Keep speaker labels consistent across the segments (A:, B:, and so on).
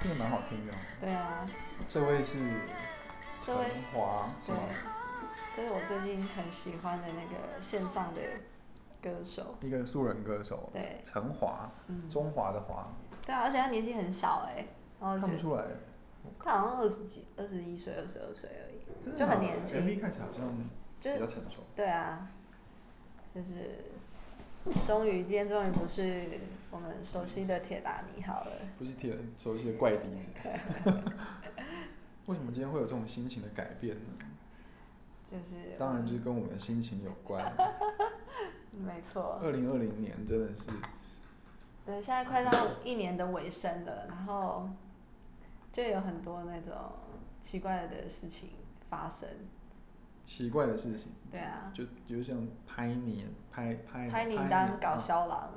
A: 这个蛮好听的。
B: 对啊，
A: 这位是
B: 这位
A: 陈华，是
B: 对
A: 吗，
B: 这是我最近很喜欢的那个线上的歌手，
A: 一个素人歌手，
B: 对
A: 陈华，
B: 嗯，
A: 中华的华，
B: 对啊，而且他年纪很小哎、然后
A: 看
B: 就
A: 不出来，
B: 他好像二十几、二十一岁、二十二岁而已，
A: 真的
B: 就很
A: 假的
B: 年轻
A: ，MV 看起来好像
B: 就
A: 比较
B: 是
A: 成熟。
B: 对啊，就是终于今天终于不是我们熟悉的铁达尼号了。
A: 不是铁熟悉的怪 笛子。为什么今天会有这种心情的改变呢？
B: 就是
A: 当然就是跟我们的心情有 关。
B: 没错，
A: 二零二零年真的是，
B: 对，现在快到一年的尾声了，然后就有很多那种奇怪的事情发生。
A: 奇怪的事情，
B: 对啊，
A: 就就像拍你拍拍啊
B: 拍你当搞，笑郎，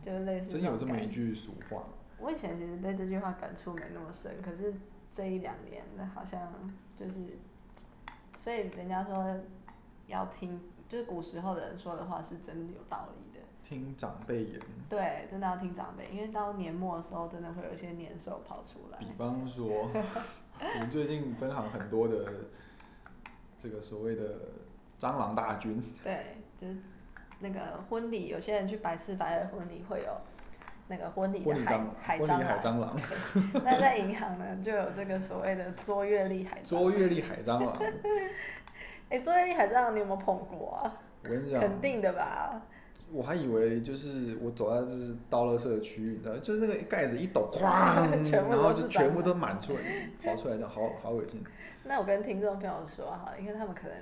B: 就是类似
A: 真有这
B: 种
A: 么
B: 感
A: 一句俗话。
B: 我以前其实对这句话感触没那么深，可是这一两年好像就是，所以人家说要听，就是古时候的人说的话是真的有道理的。
A: 听长辈言，
B: 嗯对，真的要听长辈，因为到年末的时候，真的会有一些年兽跑出来
A: 比。方说，我们最近分享很多的这个所谓的蟑螂大军，
B: 嗯对，就是那个婚礼，有些人去白吃白喝婚礼会有那个婚礼的
A: 婚礼
B: 海
A: 蟑
B: 海
A: 婚
B: 蟑
A: 礼海
B: 螂，
A: 蟑螂，
B: 那在银行呢就有这个所谓的卓越力海蟑
A: 卓
B: 螂。
A: 越力海蟑螂。
B: 哎、卓越力海蟑螂你有没有碰过啊？
A: 我跟你讲，
B: 肯定的吧？
A: 我还以为就是我走到就是倒垃圾的区域，然后就是那个盖子一抖，哐，
B: 全部都是
A: 然后就全
B: 蟑
A: 部
B: 螂
A: 都满出来， 跑出来，这样好好恶心。
B: 那我跟听众朋友说好了，因为他们可能，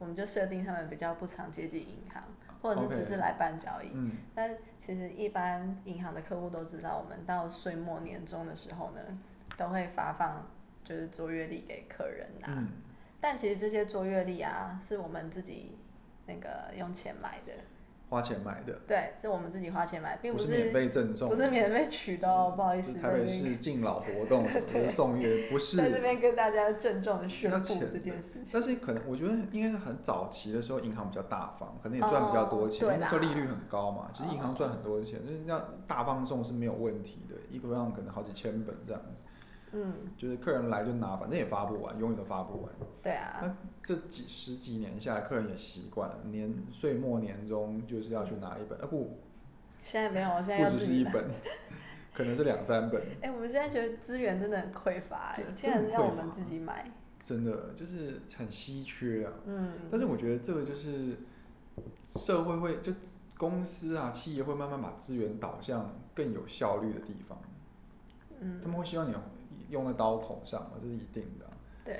B: 我们就设定他们比较不常接近银行，或者是
A: OK
B: 只是来办交易。
A: 嗯，
B: 但其实一般银行的客户都知道，我们到岁末年终的时候呢，都会发放就是卓越力给客人拿。
A: 嗯，
B: 但其实这些卓越力啊，是我们自己那个用钱买的，
A: 花钱买的，
B: 对，是我们自己花钱买，并
A: 不
B: 不
A: 免
B: 是
A: 费赠送，
B: 不是免费取的哦，不好意思，
A: 嗯是台
B: 在
A: 北
B: 这边
A: 市敬老活动 什么的送月，不是
B: 在这边跟大家郑重的宣
A: 要
B: 布
A: 钱
B: 这件
A: 的
B: 事情。
A: 但是可能我觉得应该是很早期的时候，银行比较大方，可能也
B: 哦
A: 赚比较多钱，
B: 对
A: 因为那时候
B: 啦
A: 利率很高嘛。其实银行赚很多钱，就是要大放送是没有问题的，一个让可能好几千本这样子，
B: 嗯，
A: 就是客人来就拿，反正也发不完，永远都发不完。
B: 对啊，
A: 那这几十几年下来，客人也习惯了，年岁末年终就是要去拿一本，啊不，
B: 现在没有，现在嗯要
A: 不只
B: 自
A: 是
B: 己
A: 一
B: 买。
A: 本， 可能是两三本，
B: 哎、我们现在觉得资源真的很匮乏、
A: 这
B: 有
A: 这
B: 些
A: 很
B: 人要我
A: 匮
B: 们
A: 乏
B: 自己买。
A: 真的就是很稀缺啊。
B: 嗯，
A: 但是我觉得这个就是社会会就公司啊企业会慢慢把资源导向更有效率的地方，他
B: 嗯，
A: 们会希望你用在刀口上嘛，这是一定的啊、
B: 对，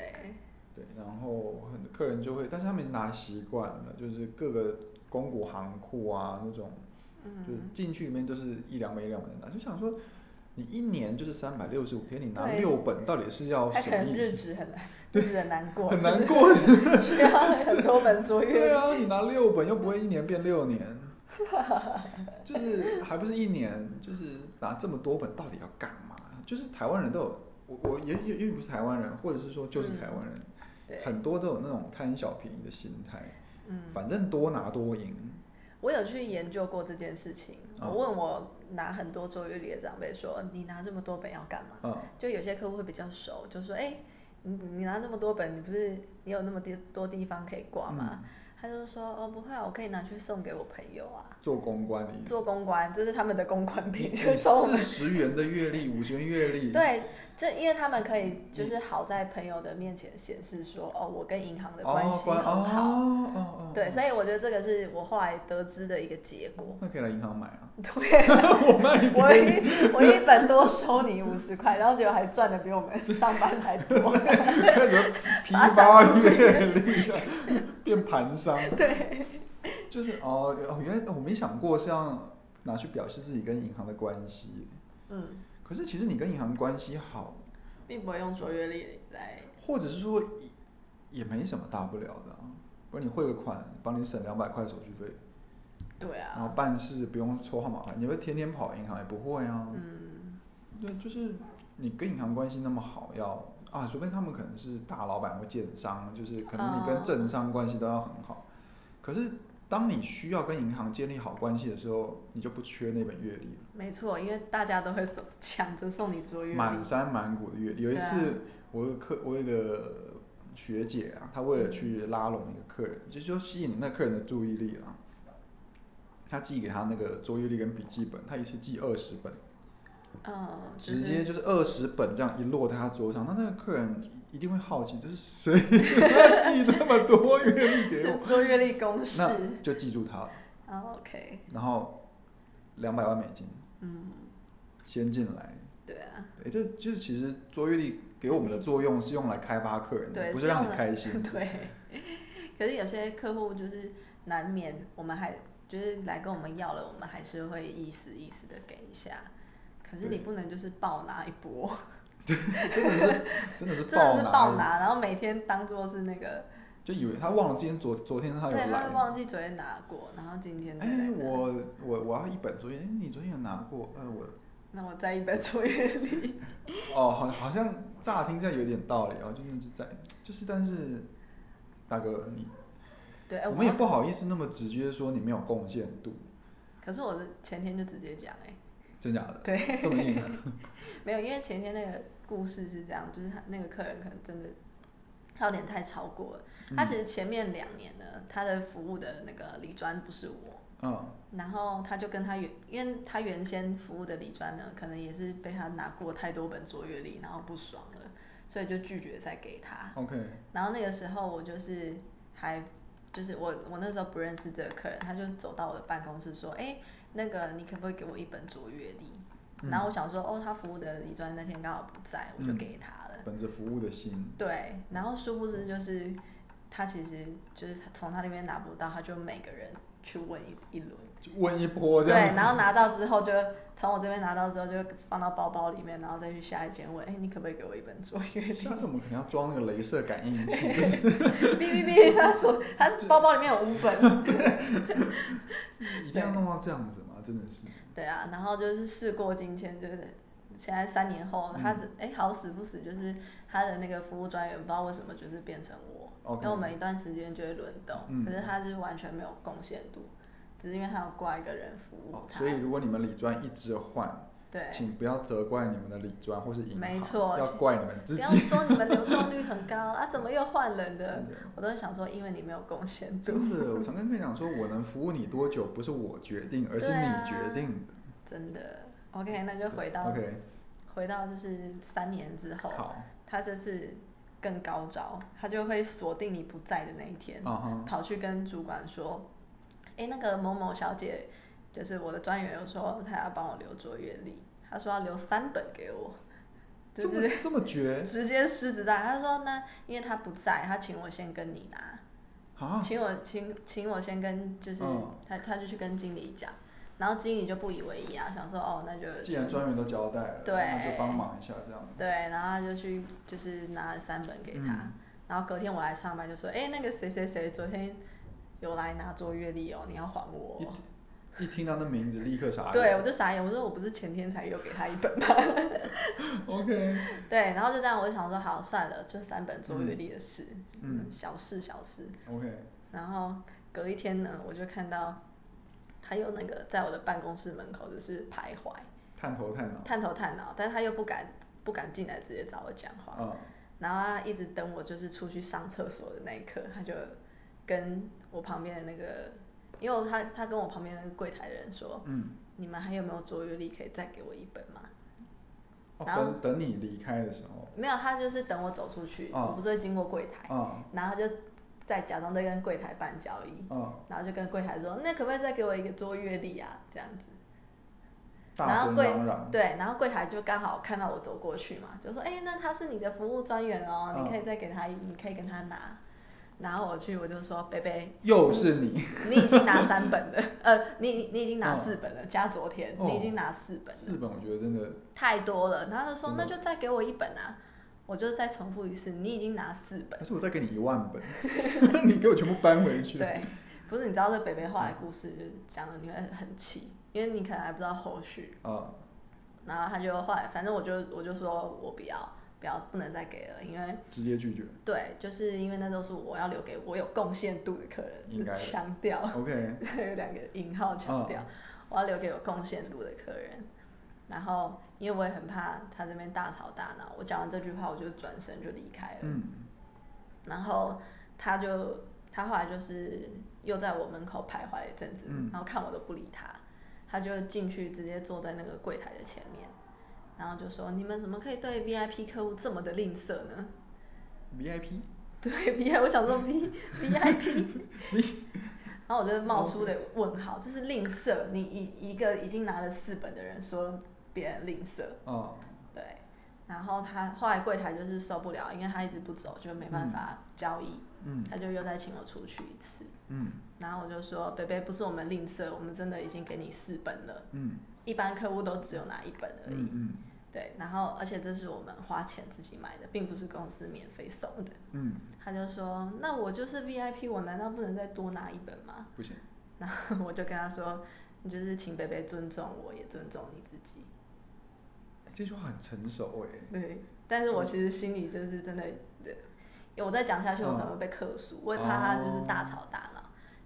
A: 对，然后很多客人就会，但是他们拿习惯了，就是各个公股行库啊那种。就是
B: 嗯，
A: 进去里面就是一两本一两本的拿，就想说你一年就是三百六十五天，你拿
B: 对
A: 六本到底是要
B: 他
A: 什
B: 可
A: 么
B: 能
A: 意
B: 日子
A: 思？
B: 很难，日子很难过，
A: 很
B: 就
A: 难
B: 是
A: 过，
B: 需要很多本卓
A: 对
B: 越。
A: 啊，你拿六本又不会一年变 六年，就是还不是一年，就是拿这么多本到底要干嘛？就是台湾人都有，我我也也因为不是台湾人，或者是说就是台湾人，
B: 嗯对，
A: 很多都有那种贪小便宜的心态，
B: 嗯，
A: 反正多拿多赢，
B: 我有去研究过这件事情。
A: 哦
B: 我问我拿很多卓越力的长辈说：“你拿这么多本要干嘛
A: 嗯，？”
B: 就有些客户会比较熟，就说：“哎、你你拿那么多本，你不是你有那么地多地方可以挂吗？”他就说：“哦，不会啊，我可以拿去送给我朋友啊，
A: 做公关的意思。
B: 做公关，这是他们的公关品，
A: 你
B: 就是从我们
A: 四十元的月历，五十元月 历，
B: 对，这因为他们可以就是好在朋友的面前显示说，哦，我跟银行的关系很
A: 哦
B: 好。
A: 哦哦哦，
B: 对，所以我觉得这个是我后来得知的一个结 果。
A: 那可以来银行买啊，
B: 对，
A: 我卖你。
B: 我一我一本多收你五十块，然后结果还赚的比我们上班还多。
A: 开始啊批发月历，啊变盘商，
B: 对，
A: 就是哦哦，原来哦我没想过是要拿去表示自己跟银行的关系。
B: 嗯，
A: 可是其实你跟银行关系好，
B: 并不会用卓越力来。
A: 或者是说也没什么大不了的、啊，不然你汇个款，帮你省两百块手续费，
B: 对
A: 然后
B: 啊，
A: 办事不用抽号码牌，你会天天跑银行也不会啊。
B: 嗯，
A: 对，就是你跟银行关系那么好，要啊，除非他们可能是大老板或建商，就是可能你
B: 哦
A: 跟政商关系都要很好。可是当你需要跟银行建立好关系的时候，你就不缺那本月历了，
B: 没错，因为大家都会送抢着送你卓越
A: 满山满谷的月历。有一
B: 对啊
A: 次，我有个客，我有一个学姐啊，她
B: 嗯
A: 为了去拉拢一个客人，就就吸引那客人的注意力啊，她寄给他那个卓越历跟笔记本，她一次寄二十本。
B: 嗯，就是
A: 直接就是二十本这样一落在他桌上，那那个客人一定会好奇，这是 谁寄那么多月历给我？
B: 做阅历公式。
A: 那就记住他了，
B: 然后 OK，
A: 然后两百万美金
B: 嗯，
A: 先进来。
B: 对啊，
A: 对，这就是其实做月历给我们的作用是用来开发客人的，
B: 对，
A: 不是让
B: 这
A: 你
B: 样
A: 开
B: 的。
A: 心
B: 对， 可是有些客户就是难免，我们还就是来跟我们要了，我们还是会意思意思的给一下。可是你
A: 对
B: 不能就是暴拿一波，
A: 真的是真的是
B: 真的是暴
A: 爆拿，
B: 拿，然后每天当做是那个，
A: 就以为他忘了今天昨昨天他有
B: 对，他
A: 来
B: 会。忘记昨天拿过，然后今天再来
A: 哎，
B: 拿
A: 我我我要一本作业，哎，你昨天有拿过？呃，我
B: 那我再一本作业里，
A: 哦，好，好像乍听这样有点道理哦，就是在，就是但是，大哥你，
B: 对，哎
A: 我们也不好意思那么直接说你没有贡献度，
B: 可是我的前天就直接讲哎、
A: 真假的？
B: 对，
A: 这么硬？啊
B: 没有，因为前天那个故事是这样，就是他那个客人可能真的他有点太超过了。他
A: 嗯
B: 其实前面两年呢，他的服务的那个理专不是我，
A: 嗯，
B: 然后他就跟他原，因为他原先服务的理专呢，可能也是被他拿过太多本卓越历，然后不爽了，所以就拒绝再给他。
A: o k
B: 然后那个时候我就是还就是我我那时候不认识这个客人，他就走到我的办公室说：“哎，那个你可不可以给我一本卓越历？”
A: 嗯
B: 然后我想说，哦，他服务的李专那天刚好不在，我就
A: 嗯
B: 给他了。
A: 本着服务的心，
B: 对，然后殊不知就是他其实就是他从他那边拿不到，他就每个人去问一一轮。
A: 就问一波
B: 对，
A: 哦这样，
B: 然后拿到之后就从我这边拿到之后就放到包包里面，然后再去下一间问，哎，你可不可以给我一本卓越历？
A: 下次我们可能要装那个镭射感应器，就是
B: 哔哔哔，他说他包包里面有五本，
A: 一定要弄到这样子嘛，真的是，
B: 对啊，然后就是事过境迁，就是现在三年后，
A: 嗯
B: 他只哎、好死不死，就是他的那个服务专员不知道为什么就是变成我
A: OK
B: 因为我们一段时间就会轮动，
A: 嗯
B: 可是他是完全没有贡献度，只是因为他有挂一个人服务
A: 哦
B: 他，
A: 所以如果你们理专一直换，
B: 对。
A: 请不要责怪你们的理专或是银行，
B: 没错
A: 要怪你们
B: 不
A: 自
B: 要
A: 己，
B: 说你们流动率很高啊，怎么又换人的
A: 真的？
B: 我都会想说，因为你没有贡献度，
A: 真的，我常跟客人讲说，我能服务你多久，不是我决定，而是
B: 对
A: 你
B: 啊
A: 决定的。
B: 真的。OK，那就回到
A: OK，
B: 回到就是三年之后，
A: 好，
B: 他这次更高招，他就会锁定你不在的那一天，
A: 啊哈，
B: 跑去跟主管说：“哎、那个某某小姐，就是我的专员，有说她要帮我留卓越历，她说要留三本给我，
A: 这
B: 就
A: 么
B: 是
A: 这么绝
B: 直接狮子大。”他说：“那因为她不在，她请我先跟你拿，
A: 啊？
B: 请我请请我先跟，就是
A: 嗯
B: 他他就去跟经理讲，然后经理就不以为意啊，想说哦，那就
A: 既然专员都交代了，
B: 对
A: 那就帮忙一下这样。
B: 对，然后他就去就是拿了三本给他，
A: 嗯
B: 然后隔天我来上班就说，哎、那个谁谁谁昨天有来拿做月历哦，你要还我哦、
A: 一听到那名字立刻傻眼。
B: 对，我就傻眼，我说我不是前天才又给他一本吗？
A: ，OK，
B: 对，然后就这样，我就想说好算了，就三本做月历的事，
A: 嗯
B: 小事小事。
A: OK，
B: 然后隔一天呢，我就看到他又那个在我的办公室门口就是徘徊，
A: 探头探脑，
B: 探头探脑，但他又不敢不敢进来直接找我讲话，
A: 啊，
B: 然后他一直等我，就是出去上厕所的那一刻，他就跟我旁边的那个，因为他他跟我旁边的柜台的人说，
A: 嗯，
B: 你们还有没有卓越力可以再给我一本吗？
A: 哦，
B: 然后
A: 等等你离开的时候，
B: 没有，他就是等我走出去，
A: 哦
B: 我不是会经过柜台，
A: 啊
B: 然后他就在假装在跟柜台办交易，
A: 啊，
B: 然后就跟柜台说，那可不可以再给我一个卓越力啊？这样子。然
A: 大
B: 后嗯
A: 声
B: 柜
A: 嚷嚷，
B: 对，然后柜台就刚好看到我走过去嘛，就说：“哎、那他是你的服务专员哦，
A: 嗯
B: 你可以再给他一，你可以跟他拿。”然后我去，我就说：“贝贝，
A: 又是你，
B: 你已经拿三本了， 呃，你你已经拿四本了，加昨天，
A: 哦
B: 你已经拿四本了，
A: 四本我觉得真的
B: 太多了。”然后他就说：“
A: 真
B: 那
A: 的
B: 就再给我一本啊。”我就再重复一次，你已经拿四本
A: 还。是我再给你一 万本， 你给我全部搬回去。
B: 对，不是你知道这北北后来故事就是讲的，你会很气，因为你可能还不知道后续。
A: 啊，
B: 然后他就后来，反正我就我就说我不要，不要不能再给了，因为
A: 直 接拒绝。
B: 对，就是因为那都是我要留给我有贡献度的客人，
A: 应该
B: 就
A: 的嗯
B: 强调
A: OK，
B: 有两个引号强调，我要留给有贡献度的客人。然后，因为我也很怕他这边大吵大闹，我讲完这句话我就转身就离开了。
A: 嗯，
B: 然后他就他后来就是又在我门口徘徊了一阵子，
A: 嗯
B: 然后看我都不理他，他就进去直接坐在那个柜台的前面，然后就说：“你们怎么可以对 VIP 客户这么的吝啬呢
A: VIP，
B: 对 V，我想说 V VIP，然后我就冒出的问号，就是吝啬。你一一个已经拿了四本的人说别人吝啬，
A: 哦，
B: 对。然后他后来柜台就是受不了，因为他一直不走，就没办法交易，
A: 嗯
B: 他就又再请我出去一次。
A: 嗯
B: 然后我就说，贝贝，不是我们吝啬，我们真的已经给你四本了，
A: 嗯
B: 一般客户都只有拿一本而已。
A: 嗯嗯
B: 对，然后而且这是我们花钱自己买的，并不是公司免费送的。
A: 嗯，
B: 他就说：“那我就是 VIP，我难道不能再多拿一本吗
A: 不行，？”
B: 然后我就跟他说：“你就是请北北尊重我，也尊重你自己。
A: 这句话很成熟哎”。
B: 对，但是我其实心里就是真的，对，因为我再讲下去我可能会被客诉，我也怕他就是大吵大闹。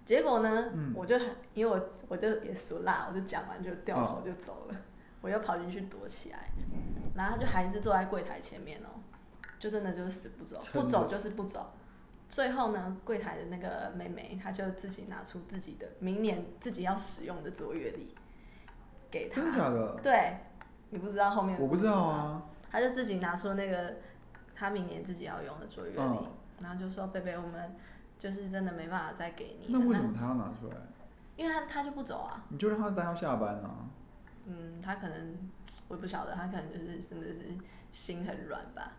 B: 结果呢，
A: 哦嗯
B: 我就很因为我我就也俗辣，我就讲完就掉头就走了，我又跑进去躲起来，然后他就还是坐在柜台前面哦，就真的就是死不走，
A: 撑
B: 不
A: 着
B: 走就是不走。最后呢，柜台的那个妹妹，她就自己拿出自己的明年自己要使用的卓越力给他
A: 真。的假的？
B: 对，你不知道后面的
A: 我不
B: 故事
A: 知道
B: 吗
A: 啊。
B: 他就自己拿出那个他明年自己要用的卓越力，
A: 嗯
B: 然后就说：“贝贝，我们就是真的没办法再给你
A: 那
B: 了。
A: 为什么他要拿出来？
B: 因为他他就不走啊，
A: 你就让他待到下班啊。
B: 嗯，他可能我也不晓得，他可能就是真的是心很软吧。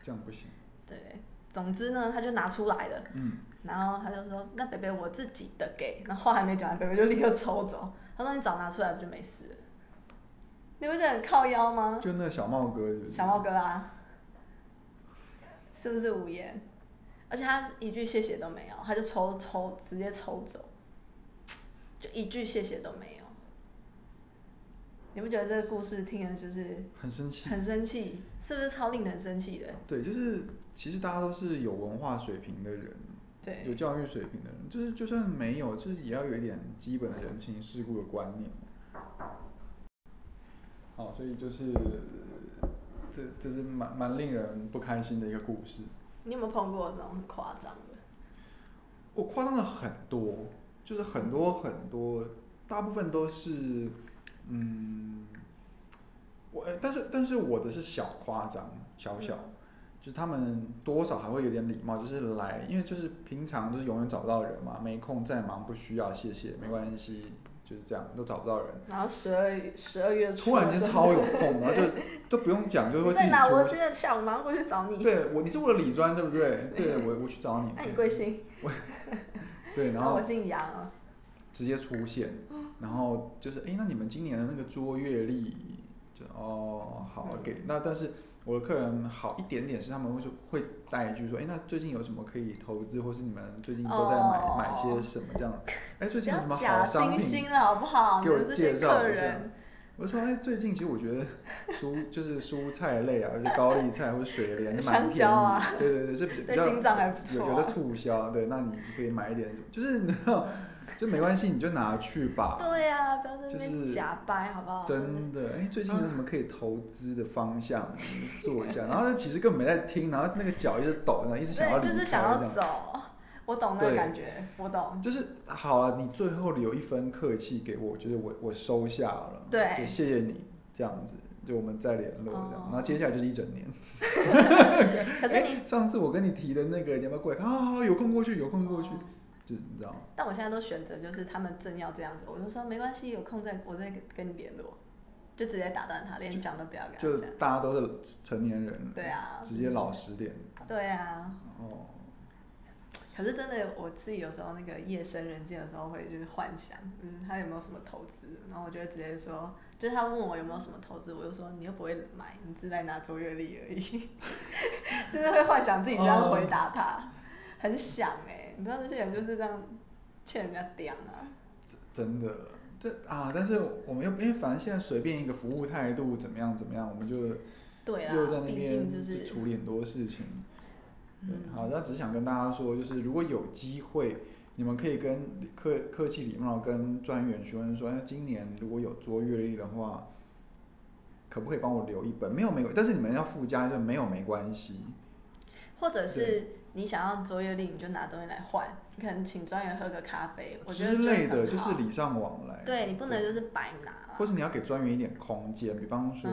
A: 这样不行。
B: 对，总之呢，他就拿出来了，
A: 嗯，
B: 然后他就说：“那贝贝，我自己的给。”然后话还没讲完，贝贝就立刻抽走。他说：“你早拿出来不就没事了？”你不觉得很靠腰吗？
A: 嗯就那小茂哥是不是
B: 小，茂哥啊，是不是无言？而且他一句谢谢都没有，他就抽抽直接抽走，就一句谢谢都没有。你不觉得这个故事听着就是
A: 很生气。
B: 很生气，是不是超令人生气的？
A: 对，就是其实大家都是有文化水平的人，有
B: 对，
A: 教育水平的人，就是就算没有，就是也要有一点基本的人情世故的观念。好，所以就是呃这这是蛮蛮令人不开心的一个故事。
B: 你有没有碰过那种很夸张的？
A: 我夸张了很多，就是很多很多，大部分都是，嗯，我呃但是但是我的是小夸张，小小，
B: 嗯
A: 就是他们多少还会有点礼貌，就是来，因为就是平常就是永远找不到人嘛，没空再忙不需要，谢谢，没关系，就是这样，都找不到人，
B: 然后十二十二月初
A: 突然
B: 的
A: 间
B: 时候
A: 超有空，然后就 都不用讲，就会
B: 你
A: 自己
B: 在哪？我
A: 出。
B: 现在下午马上过去找你。
A: 对我，你是我的李专对不对？对，我我去找你
B: 哎那、，你贵姓？
A: 对，然
B: 然后
A: 后
B: 我姓杨啊。
A: 直接出现，然后就是哎，诶那你们今年的那个桌阅历，就哦好
B: 嗯
A: 给、那，但是我的客人好一点点是他们会说会带一句说，哎，那最近有什么可以投资，或是你们最近都在买、
B: 哦
A: 买些什么这样？哎，最
B: 不
A: 近有
B: 要
A: 什么
B: 假
A: 好商
B: 惺
A: 品？
B: 惺了好不好？
A: 给我
B: 你们这些
A: 介绍
B: 客
A: 一下
B: 人，
A: 我就说哎，最近其实我觉得蔬 就是蔬菜类啊，或者高丽菜或者水莲是蛮
B: 香
A: 便宜
B: 蕉啊
A: 的，对对对，是比
B: 对
A: 较
B: 心脏还不
A: 有
B: 错、
A: 有的
B: 啊。
A: 促销，对，那你可以买一点，就是 你知道，就没关系，你就拿去吧。
B: 对啊，不要在那
A: 就
B: 边
A: 是
B: 假掰好不好？
A: 真的，哎、最近有什么可以投资的方 向做一下？然后他其实根本没在听，然后那个脚一直抖，然后一直想要
B: 对，
A: 离
B: 就是
A: 开这
B: 想要
A: 样。
B: 走。我懂那个
A: 对
B: 感觉，我懂。
A: 就是好了，你最后留一分客气给我，我觉得我我收下了，
B: 对
A: 谢谢你这样子，就我们再联络这样。
B: 哦
A: 然后接下来就是一整年。
B: 可是你，哦
A: 哎上次我跟你提的那个，你要不要过来看？好好好，有空过去，有空过去，就是你知道吗？
B: 但我现在都选择就是他们正要这样子，我就说没关系，有空再我再跟你联络，就直接打断他，连讲都不要跟
A: 就
B: 他讲。
A: 大家都是成年人，
B: 对啊，
A: 直接老实点。
B: 对啊。
A: 哦，
B: 可是真的，我自己有时候那个夜深人静的时候会就是幻想，嗯，他有没有什么投资？然后我就会直接说，就是他问我有没有什么投资，我就说你又不会买，你只是在拿卓越力而已， 就是会幻想自己这样回答他，很想哎、你知道那些人就是这样欠人家屌啊，
A: 真的，这啊，但是我们又因为反正现在随便一个服务态度怎么样怎么样，我们就
B: 对
A: 又在
B: 啦，
A: 那
B: 毕竟
A: 边
B: 就是
A: 处理很多事情。对，
B: 嗯
A: 好，那只想跟大家说，就是如果有机会，你们可以跟客客气礼貌地跟专员询问说，哎，今年如果有做阅历的话，可不可以帮我留一本？没有没有，但是你们要附加，就没有没关系。
B: 或者是你想要卓越力，你就拿东西来换，你可能请专员喝个咖啡，我觉
A: 之
B: 得就
A: 类的，
B: 很
A: 就是
B: 好
A: 礼尚往来。
B: 对你不能就是白拿啦
A: 或是你要给专员一点空间，比方说，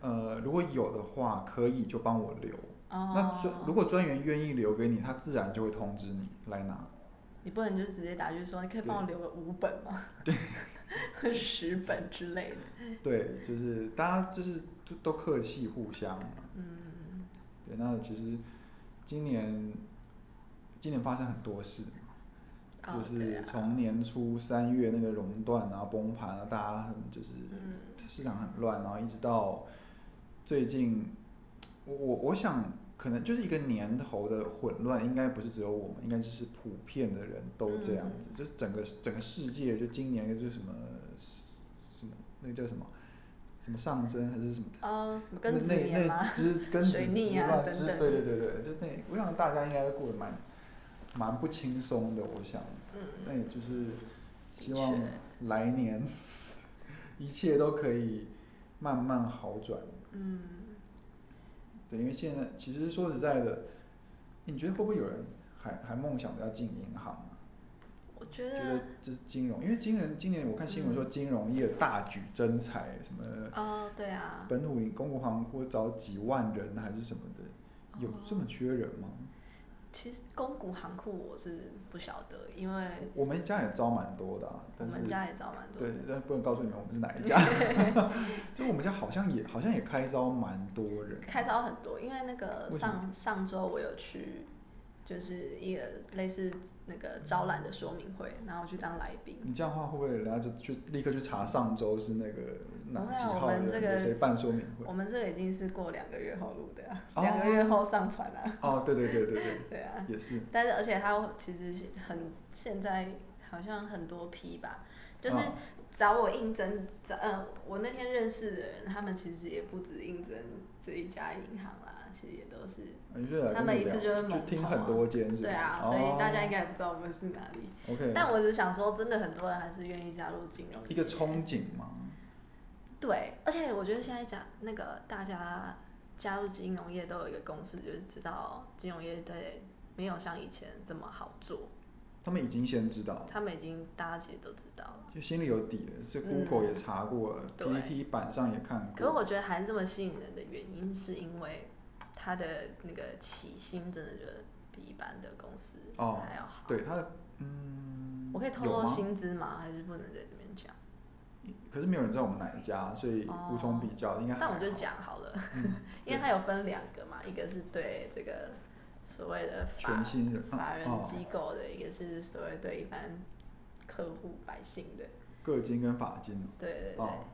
B: 嗯
A: 呃，如果有的话，可以就帮我留。
B: 哦，
A: 那专如果专员愿意留给你，他自然就会通知你来拿。
B: 你不能就直接打去说，你可以帮我留个五本吗？ 对，十本之类的。
A: 对，就是大家就是都都客气互相嘛。
B: 嗯，
A: 对，那其实今年今年发生很多事，
B: 哦
A: 就
B: 对
A: 是
B: 啊
A: 从年初三月那个熔断啊、崩盘啊，大家很就是
B: 嗯
A: 市场很乱，然后一直到最近，我我我想可能就是一个年头的混乱，应该不是只有我们，应该就是普遍的人都这样
B: 嗯
A: 子，就是整个整个世界，就今年就是什么什么那个叫什么什么上升还是什么。
B: 哦，什么
A: 那
B: 庚子年
A: 那
B: 吗
A: 那？之庚子
B: 水逆啊
A: 之乱
B: 等
A: 之
B: 等
A: 对对对对，就那，我想大家应该都过得蛮蛮不轻松的，我想，
B: 嗯，
A: 那也就是希
B: 的
A: 望来年一切都可以慢慢好转。
B: 嗯，
A: 对，因为现在其实说实在的，你觉得会不会有人还还梦想着要进银行啊？
B: 我觉
A: 觉得
B: 得，
A: 这是金融，因为今年今年我看新
B: 嗯
A: 闻说金融业大举增财，什么
B: 哦，对啊，
A: 本土银公股行或找几万人还是什么的，有这
B: 哦
A: 么缺人吗？
B: 其实公股行库我是不晓得，因为
A: 我们家也招蛮多的、啊，
B: 我
A: 但是
B: 们家也招蛮多
A: 对
B: 的。，
A: 但不能告诉你们我们是哪 一家。 就我们家好像也好像也开招蛮多人，
B: 开招很多，因为那个
A: 为什么
B: 上上周我有去，就是一个类似那个招揽的说明会，然后我去当来宾。
A: 你这样的话会不会人家就去立刻去查上周是那个
B: 不
A: 哪
B: 会啊
A: 几号的
B: 我们这
A: 人
B: 个
A: 给谁办说明会
B: 我？们这个已经是过两个月后录的、啊，
A: 哦
B: 两、个月后上传啊，
A: 哦，对对对对对，
B: 对 啊。
A: 也是，
B: 但是而且他其实很现在好像很多批吧，就是
A: 嗯
B: 找我应征，找呃我那天认识的人，他们其实也不止应征这一家银行啦，其实也都是
A: 你是来
B: 他
A: 跟
B: 们
A: 你
B: 一次
A: 聊
B: 就会
A: 就
B: 猛
A: 听
B: 投
A: 很
B: 啊
A: 多间是不
B: 对
A: 是
B: 啊，所以大家应
A: 该
B: 该也不知道我们是哪里。
A: OK，
B: 但我只想说，真的很多人还是愿意加入金融业
A: 一个憧憬嘛，
B: 对，而且我觉得现在讲那个大家加入金融业都有一个共识，就是知道金融业在没有像以前这么好做，
A: 他们已经先知道了。
B: 他们已经大家其实都知道了。
A: 就心里有底了，这
B: 嗯
A: Google 也查过了、
B: 对
A: p p t 版上也看
B: 可是
A: 过。
B: 我觉得还是这么吸引人的原因，是因为它的那个起薪真的觉得比一般的公司
A: 哦
B: 还要好。
A: 对它的，嗯，
B: 我可以透
A: 有
B: 露
A: 吗
B: 薪资吗？还是不能在这边讲？
A: 可是没有人知道我们哪一家，所以
B: 哦
A: 无从比较，应该还
B: 但我就
A: 好
B: 讲好了，
A: 嗯
B: 因为它有分两个嘛，一个是对这个所谓的法
A: 全新人啊
B: 法人
A: 哦
B: 机构的，一个是所谓对一般客户百姓的，
A: 各金跟法金
B: 对对对，
A: 哦，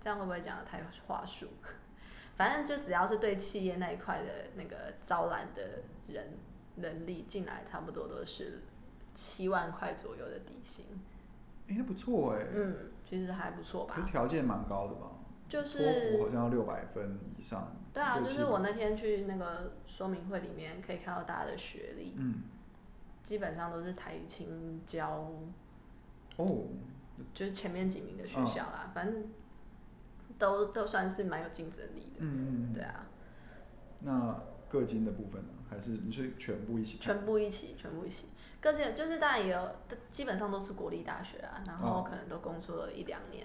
B: 这样会不会讲的太话术？ 反正就只要是对企业那一块的那个招揽的人人力进来，差不多都是七万块左右的底薪，
A: 哎、不错哎、
B: 嗯，其实还不错
A: 可是
B: 吧，
A: 条件蛮高的吧？
B: 就
A: 托
B: 是
A: 福好像要六百分以上。
B: 对啊，
A: 六
B: 就
A: 七
B: 是我那天去那个说明会里面可以看到大家的学历，
A: 嗯，
B: 基本上都是台青交，
A: 哦，
B: 就是前面几名的
A: 嗯
B: 学校啦，反正都都算是蛮有竞争力
A: 嗯嗯
B: 的。
A: 嗯，
B: 对啊，
A: 那各金的部分呢？还是你是全部一起看？
B: 全部一起，全部一起。各界就是当然也有，基本上都是国立大学啊，然后
A: 哦
B: 可能都工作了一两年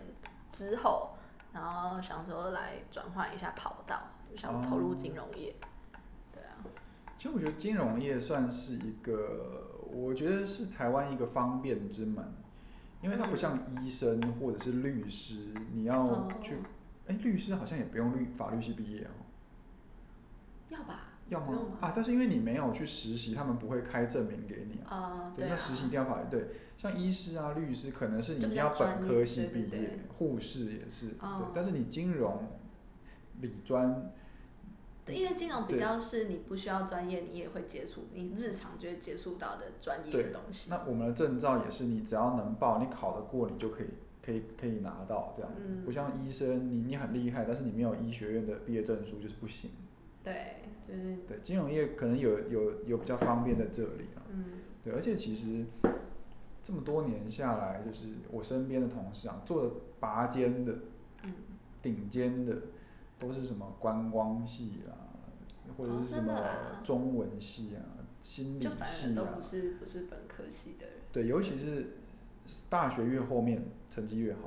B: 之后，然后想说来转换一下跑道，想投
A: 哦
B: 入金融业。对啊，
A: 其实我觉得金融业算是一个，我觉得是台湾一个方便之门，因为它不像医生或者是律师，你要
B: 哦
A: 去，哎、律师好像也不用律法律系毕业哦，
B: 要吧？
A: 要
B: 不
A: 吗
B: 用？吧
A: 啊，但是因为你没有去实习，他们不会开证明给你啊。
B: 啊、
A: 对，
B: 啊
A: 那。实习一定要法律。对，像医师啊、律师，可能是你一
B: 就
A: 定
B: 比
A: 要
B: 较
A: 本
B: 专业
A: 科
B: 对
A: 系
B: 对
A: 毕业
B: 对，
A: 护士也是，对
B: 哦。
A: 但是你金融、理专
B: 对，因为金融比
A: 对
B: 较是你不需要专业，你也会接触，你日常就会接触到的专业
A: 对
B: 的东西。
A: 那我们的证照也是，你只要能报，你考得过，你就可以可以可以拿到这样子。
B: 嗯
A: 不像医生，你你很厉害，但是你没有医学院的毕业证书就是不行。
B: 对，就是
A: 对，金融业可能有有有比较方便在这里啊。
B: 嗯
A: 对，而且其实这么多年下来，就是我身边的同事啊，做的拔尖的、
B: 嗯，
A: 顶尖的，都是什么观光系啦、或者
B: 哦
A: 是什
B: 真的
A: 么
B: 啊
A: 中文系啊、心理
B: 就反而
A: 系
B: 都
A: 啊
B: 不，是不是本科系的人。
A: 对，尤其是大学越后面成绩越好，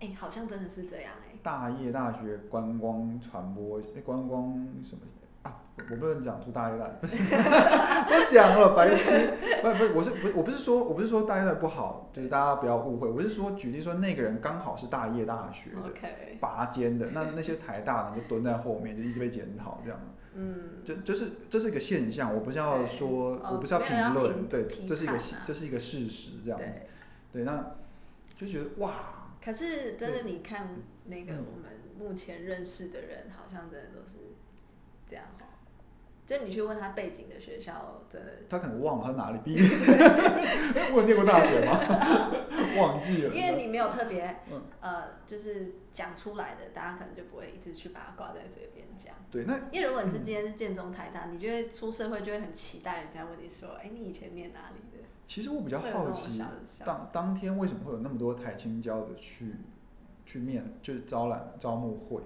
B: 哎、好像真的是这样哎、
A: 大业大学观光传播、诶观光什么啊？我不能讲出大业大学， 不是，我讲了白痴， 不不是，我是不是我不是说我不是说大业大学不好，就是大家不要误会，我是说举例说那个人刚好是大业大学的
B: OK，
A: 拔尖的，那那些台大的就蹲在后面，就一直被检讨这样。
B: 嗯，
A: 就就是这是一个现象，我不是要
B: 对
A: 说，
B: 哦
A: 我不是要
B: 没有要
A: 评论，
B: 评
A: 对
B: 批，
A: 这是一个
B: 判
A: 现
B: 啊
A: 这是一个事实这样子
B: 对。。
A: 对，那就觉得哇，
B: 可是真的，
A: 对
B: 你看那个
A: 嗯
B: 我们目前认识的人，好像真的都是这样哦。就你去问他背景的学校，真的，
A: 他可能忘了他哪里毕业， 我有念过大学吗？忘记了。
B: 因为你没有特别
A: 嗯
B: 呃，就是讲出来的，大家可能就不会一直去把它挂在嘴边讲。
A: 对，那
B: 因为如果
A: 嗯
B: 你是今天是建中台大，你就会出社会就会很期待人家问你说，哎、你以前念哪里的？
A: 其实我比较
B: 会有
A: 好
B: 这种
A: 奇
B: 小，小
A: 当当天为什么会有那么多台青交的去去面，就是招揽招募会，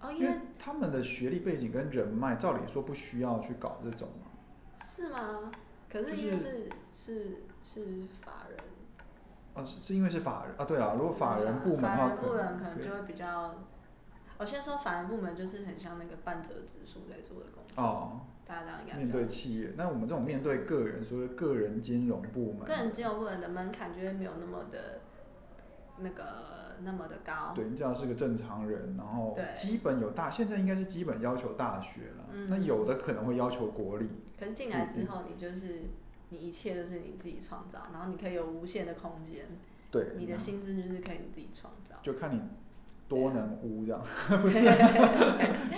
B: 哦，因
A: 因为
B: 为
A: 他们的学历背景跟人脉，照理说不需要去搞这种啊嘛。
B: 是吗？可是
A: 就
B: 因为
A: 是
B: 是是是法人，
A: 哦，是是因为是法人啊？对啊，如果法人部门的
B: 法
A: 话，
B: 人部门可能
A: 对
B: 就会比较。我先说法人部门，就是很像那个半折指数在做的工作，
A: 哦，
B: 大家这样应该比
A: 面
B: 较
A: 对企业，那我们这种面对个人，所谓个人金融部门，
B: 个人金融部门的门槛就会没有那么的，那个那么的高。
A: 对，你只要是个正常人，然后
B: 对
A: 基本有大，现在应该是基本要求大学了，
B: 嗯
A: 那有的可能会要求国力，
B: 可是
A: 嗯
B: 进来之后，你就是你一切都是你自己创造，然后你可以有无限的空间，
A: 对，
B: 你的薪资就是可以你自己创造。
A: 就看你多
B: 啊
A: 能 污这样，不是，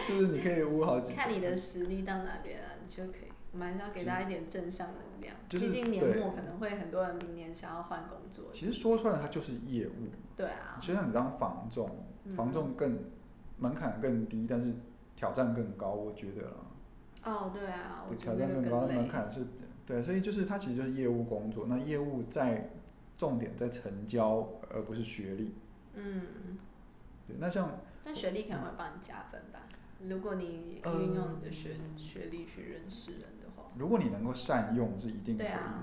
A: 就是你可以污好几，
B: 看你的实力到哪边啊，你就可以。我们还是要给大家一点正向能量，
A: 就是
B: 毕竟
A: 对
B: 年末可能会很多人明年想要换工作。
A: 其实说穿了，它就是业务，
B: 对啊，
A: 就像你当房仲，
B: 嗯
A: 房仲更门槛更低，但是挑战更高，我觉得啦，
B: 哦对啊，我
A: 对，
B: 觉
A: 挑
B: 得
A: 战
B: 那个
A: 更高，
B: 更
A: 门
B: 累。
A: 槛是，对，所以就是它其实就是业务工作，那业务在重点在成交，而不是学历，
B: 嗯，
A: 对，那像。
B: 但学历可能会帮你加分吧。如果你可以运用你的学、学历去认识人的话，
A: 如果你能够善用，是一定可以
B: 对
A: 的。
B: 啊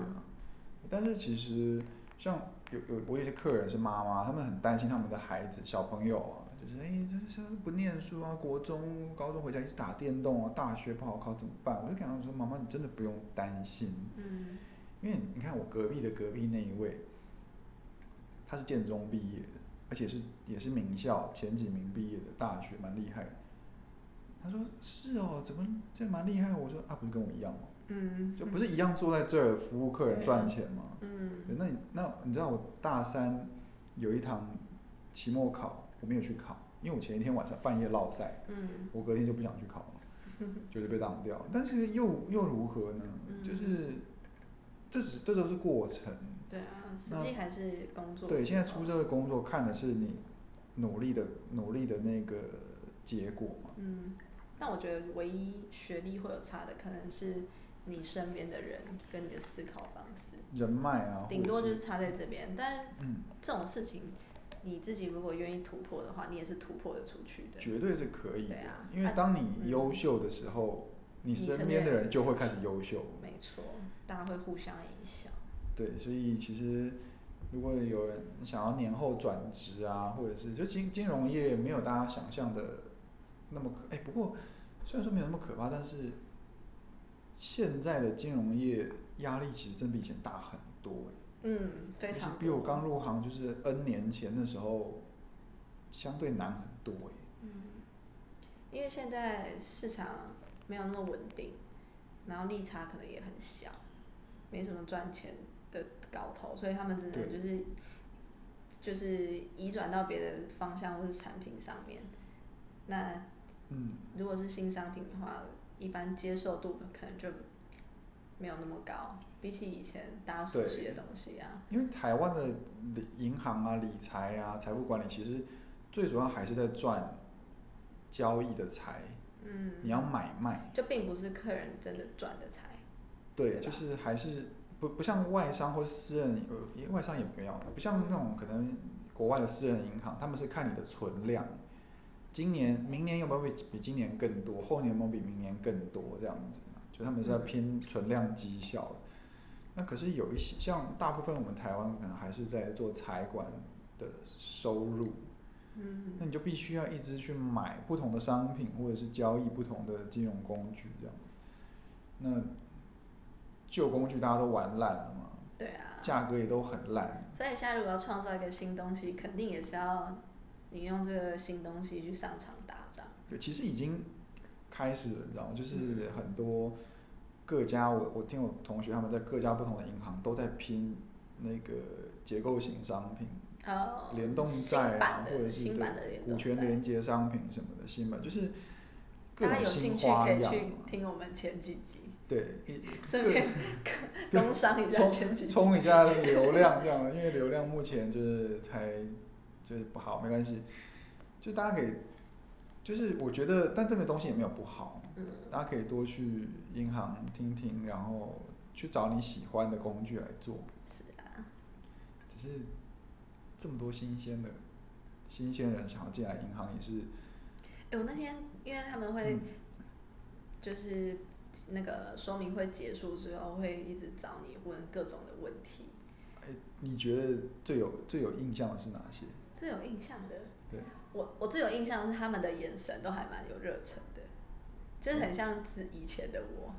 A: 但是其实像有有我有些客人是妈妈，他们很担心他们的孩子小朋友啊，就是哎，这这不念书啊，国中、高中回家一直打电动啊，大学不好考怎么办？我就跟他说，妈妈，你真的不用担心，
B: 嗯，
A: 因为你看我隔壁的隔壁那一位，他是建中毕业的，而且是也是名校前几名毕业的大学，蛮厉害的。他说是哦，怎么这蛮厉害？我说啊，不是跟我一样吗？
B: 嗯，
A: 就不是一样坐在这儿服务客人
B: 对啊
A: 赚钱吗？对
B: 嗯，
A: 那你那你知道我大三有一堂期末考，我没有去考，因为我前一天晚上半夜落赛，
B: 嗯，
A: 我隔天就不想去考了，就是被挡掉。但是又又如何呢？
B: 嗯
A: 就是这只这都是过程。
B: 对啊，实
A: 那
B: 际还是工作之后。
A: 对，现在出社会工作看的是你努力的努力的那个结果嘛。
B: 嗯，但我觉得唯一学历会有差的，可能是你身边的人跟你的思考方式，
A: 人脉啊，
B: 顶
A: 或者
B: 多就是是差在这边。但
A: 嗯，
B: 这种事情，你自己如果愿意突破的话，你也是突破的出去的。
A: 绝对是可以的
B: 对啊，
A: 因为
B: 啊
A: 当你优秀的时候，你
B: 你
A: 身
B: 身边
A: 边的
B: 人
A: 人就会开始优秀。
B: 没错，大家会互相影响。
A: 对，所以其实如果有人想要年后转职啊，或者是就金金融业没有大家想象的那么可，哎，不过虽然说没有那么可怕，但是现在的金融业压力其实真比以前大很多哎。
B: 嗯，非
A: 就是
B: 常
A: 比我
B: 多
A: 刚入行就是 N 年前的时候，相对难很多哎。
B: 嗯，因为现在市场没有那么稳定，然后利差可能也很小，没什么赚钱的搞头，所以他们只能
A: 对
B: 就是就是移转到别的方向或是产品上面。那
A: 嗯，
B: 如果是新商品的话，一般接受度可能就没有那么高，比起以前大家熟悉的东西啊，
A: 因为台湾的理银行啊、理财啊、财务管理，其实最主要还是在赚交易的财，
B: 嗯，
A: 你要买卖，
B: 就并不是客人真的赚的财，
A: 对，
B: 对吧
A: 就是还是不不像外商或私人，呃，因为外商也不要，不像那种可能国外的私人银行，他们是看你的存量，今年、明年有没有比比今年更多，后年有没有比明年更多这样子，就他们是在
B: 嗯
A: 拼存量绩效的。那可是有一些，像大部分我们台湾可能还是在做财管的收入，那
B: 嗯，
A: 你就必须要一直去买不同的商品，或者是交易不同的金融工具这样。那旧工具大家都玩烂了嘛，
B: 对啊，
A: 价格也都很烂。
B: 所以现在如果要创造一个新东西，肯定也是要你用这个新东西去上场打仗，
A: 对，其实已经开始了，你知道吗？
B: 嗯
A: 就是很多各家，我我听我同学他们在各家不同的银行都在拼那个结构型商品，
B: 哦，
A: 联动
B: 新
A: 债啊
B: 版，的
A: 或者是
B: 新版的
A: 对
B: 联
A: 股
B: 动
A: 权
B: 债
A: 连接商品什么的新版，就是各
B: 大家
A: 种
B: 有
A: 新
B: 兴趣
A: 花
B: 可以
A: 样
B: 去
A: 嘛。
B: 听我们前几集，
A: 对，一
B: 顺
A: 各
B: 便
A: 对
B: 工商一下前几集。
A: 冲一下流量这样，因为流量目前就是才就是不好，没关系，就大家可以，就是我觉得，但这个东西也没有不好，
B: 嗯
A: 大家可以多去银行听听，然后去找你喜欢的工具来做，
B: 是啊，
A: 只是这么多新鲜的新鲜人想要进来银行也是，
B: 哎、我那天因为他们会
A: 嗯
B: 就是那个说明会结束之后，会一直找你问各种的问题，
A: 哎，你觉得最有最有印象的是哪些？
B: 最有印象的，
A: 对，
B: 我我最有印象是他们的眼神都还蛮有热忱的，就是很像是以前的我，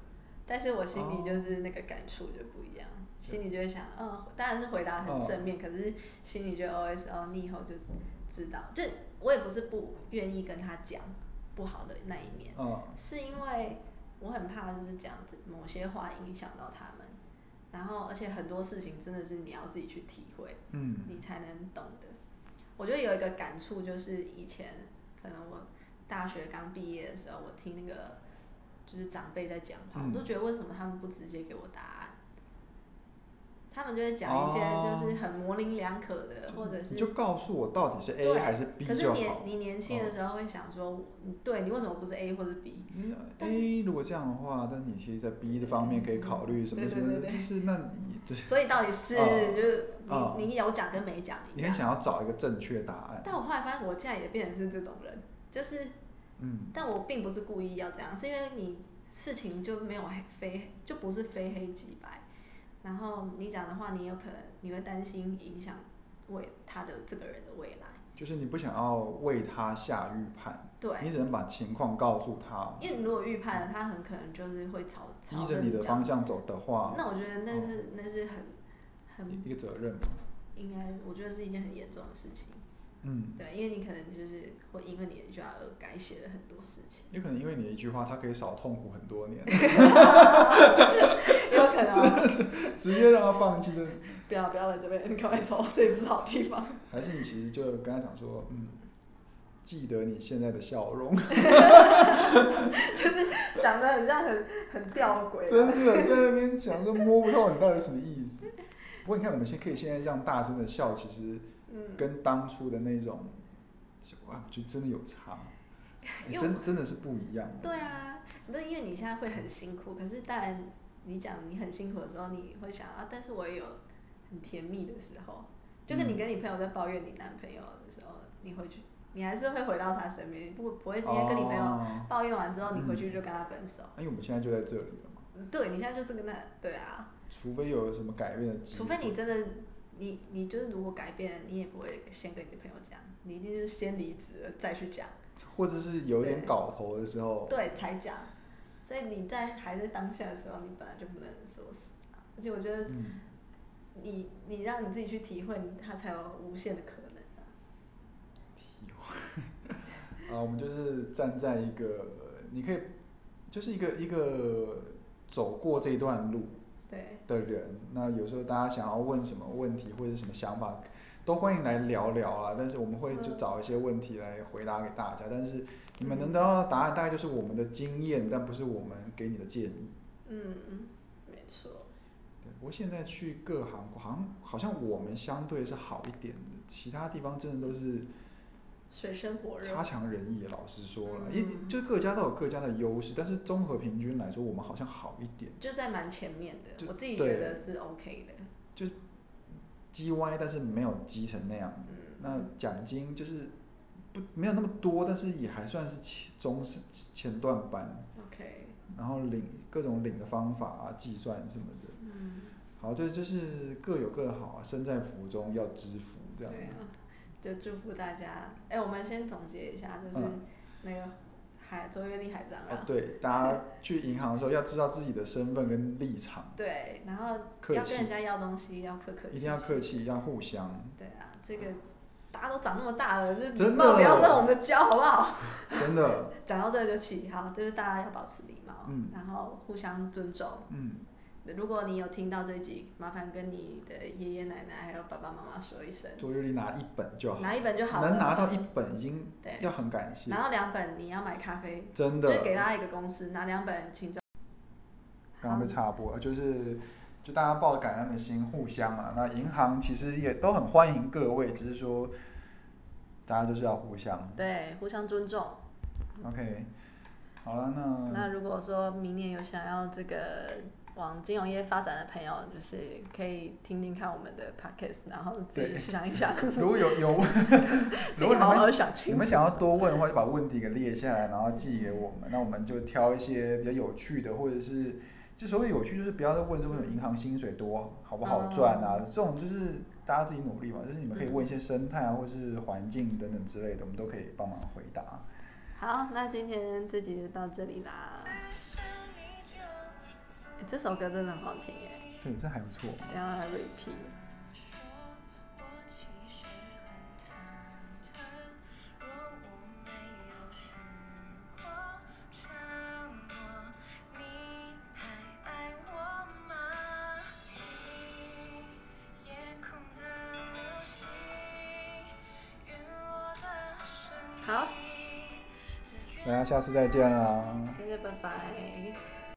B: 但是我心里就是那个感触就不一样，心里就会想，嗯，当然是回答很正面，可是心里就 always 哦，你以后就知道，就我也不是不愿意跟他讲不好的那一面，
A: 嗯
B: 是因为我很怕就是讲这某些话影响到他们，然后而且很多事情真的是你要自己去体会，
A: 嗯
B: 你才能懂得。我觉得有一个感触就是以前可能我大学刚毕业的时候，我听那个就是长辈在讲话，
A: 嗯
B: 我都觉得为什么他们不直接给我答案？他们就会讲一些就是很模棱两可的，或者是
A: 哦你就告诉我到底是 A
B: 对
A: 还是 B
B: 可是
A: 就
B: 年
A: 好。
B: 你年轻的时候会想说，你对你为什么不是 A 或者 B？
A: 嗯
B: 但是
A: A 如果这样的话，但你其实在 B 这方面可以考虑什么
B: 对
A: 什
B: 对
A: 么，
B: 对
A: 就
B: 对
A: 是那你就是
B: 所以到底是、
A: 哦
B: 就是你、
A: 哦
B: 你有讲跟没讲一
A: 你很
B: 样。
A: 想要找一个正确答案。
B: 但我后来发现，我竟然也变成是这种人，就是，
A: 嗯，
B: 但我并不是故意要这样，是因为你事情就没有黑非，就不是非黑即白。然后你讲的话，你有可能你会担心影响未他的这个人的未来，
A: 就是你不想要为他下预判，你
B: 对，
A: 只能把情况告诉他，
B: 因为你如果预判了，他很可能就是会朝
A: 依
B: 朝
A: 着
B: 着
A: 你
B: 你
A: 的
B: 这
A: 方
B: 样。
A: 向哦嗯走的话，
B: 那我觉得那是、那是很很
A: 一个责任嘛。
B: 应该，我觉得是一件很严重的事情。
A: 嗯，
B: 对，因为你可能就是会因为你的一句话而改写了很多事 情，
A: 有可能因为你的一句话，他可以少痛苦很多 年，
B: 也有可能哦
A: 直接让他放弃的。
B: 不要不要来这边，你赶快走，这里不是好地方。
A: 还是你其实就跟他讲说，嗯，记得你现在的笑容。
B: 讲的很像很很吊诡，
A: 真的在那边讲说摸不透你到底什么意思。不过你看，我们现可以现在这样大声的笑，其实
B: 嗯，
A: 跟当初的那种，哇，我觉得真的有差，哎
B: 因为
A: 真真的是不一样的。
B: 对啊，不是因为你现在会很辛苦，可是当然你讲你很辛苦的时候，你会想啊，但是我也有很甜蜜的时候，就跟你
A: 嗯
B: 跟你朋友在抱怨你男朋友的时候，你回去你还是会回到他身边，你不不会今天跟你朋友
A: 哦
B: 抱怨完之后，你回去
A: 嗯
B: 就跟他分手。
A: 因为我们现在就在这里了嘛，
B: 对你现在就这个那对啊，
A: 除非有什么改变的机会，
B: 除非你真的，你你就是如果改变了，你也不会先跟你的朋友讲，你一定是先离职了再去讲，
A: 或者是有一点
B: 对
A: 搞头的时候，
B: 对才讲。所以你在还在当下的时候，你本来就不能说死啊。而且我觉得
A: 嗯，
B: 你你让你自己去体会，你它才有无限的可能啊、
A: 体会啊，我们就是站在一个，呃你可以就是一个一个走过这段路，
B: 对，
A: 的人，那有时候大家想要问什么问题或者什么想法，都欢迎来聊聊啊。但是我们会
B: 嗯
A: 就找一些问题来回答给大家，但是你们
B: 嗯
A: 能得到的答案大概就是我们的经验，但不是我们给你的建议。
B: 嗯，没错，
A: 对，不过现在去各行，好像好像我们相对是好一点的，其他地方真的都是
B: 水深火热
A: 差。强人意。老实说了，
B: 嗯
A: 也就各家都有各家的优势，但是综合平均来说，我们好像好一点。
B: 就在蛮前面的，
A: 就
B: 我自己
A: 对
B: 觉得是 OK 的。
A: 鸡歪，但是没有鸡成那样。
B: 嗯，
A: 那奖金就是不没有那么多，但是也还算是前中是前段班。
B: OK，
A: 然后领各种领的方法啊、计算什么的。
B: 嗯，
A: 好，对，就是各有各的好啊，身在福中要知福这
B: 对
A: 样。
B: 啊， 就祝福大家。哎、我们先总结一下，就是
A: 嗯
B: 那个海周月丽海长
A: 哦
B: 啊，，
A: 对，大家去银行的时候要知道自己的身份跟立场，
B: 对，然后
A: 啊客
B: 要
A: 气
B: 跟人家要东西要客客气气，
A: 一定要客气，要互相。
B: 对啊，这个大家都长那么大了，就是礼
A: 真的
B: 貌不要让我们教，好不好？
A: 真的，
B: 讲到这个就起，好，就是大家要保持礼貌，
A: 嗯
B: 然后互相尊重。
A: 嗯，
B: 如果你有听到这一集，麻烦跟你的爷爷奶奶还有爸爸妈妈说一声，
A: 左右里拿一本就好，
B: 拿一本就好了。
A: 能拿到一本已经
B: 对，
A: 要很感谢，
B: 然后两本你要买咖啡，
A: 真
B: 就给
A: 的。
B: 他一个公司，拿两本请中。
A: 刚刚被插播，呃就是。就大家抱着感恩的心，互相嘛。那银行其实也都很欢迎各位，只是说大家就是要互相。
B: 对，互相尊重。
A: OK，好了，
B: 那
A: 那
B: 如果说明年有想要这个往金融业发展的朋友，就是可以听听看我们的 podcast，然后自己
A: 对
B: 想一 想，，
A: 如果有有问如
B: 自己
A: 果你
B: 好好
A: 们
B: 想
A: 你
B: 清
A: 们
B: 楚。
A: 想要多问的话，就把问题给列下来，然后寄给我们，那我们就挑一些比较有趣的，或者是就所谓有趣，就是不要再问说什么银行薪水多好不好赚啊，这种就是大家自己努力嘛，就是你们可以问一些生态啊，或是环境等等之类的，我们都可以帮忙回答。
B: 好，那今天这集就到这里啦。
C: 哎
B: 欸这首歌真的很好听耶，
A: 对，这还不错。
B: 等一下来 repeat。
C: 我其实很忐忑，若我没有许过承诺，你还爱我吗？请夜空的星，陨落的声音。
B: 好
C: 这
A: 嗯大家下次再见啦。
B: 大家拜拜。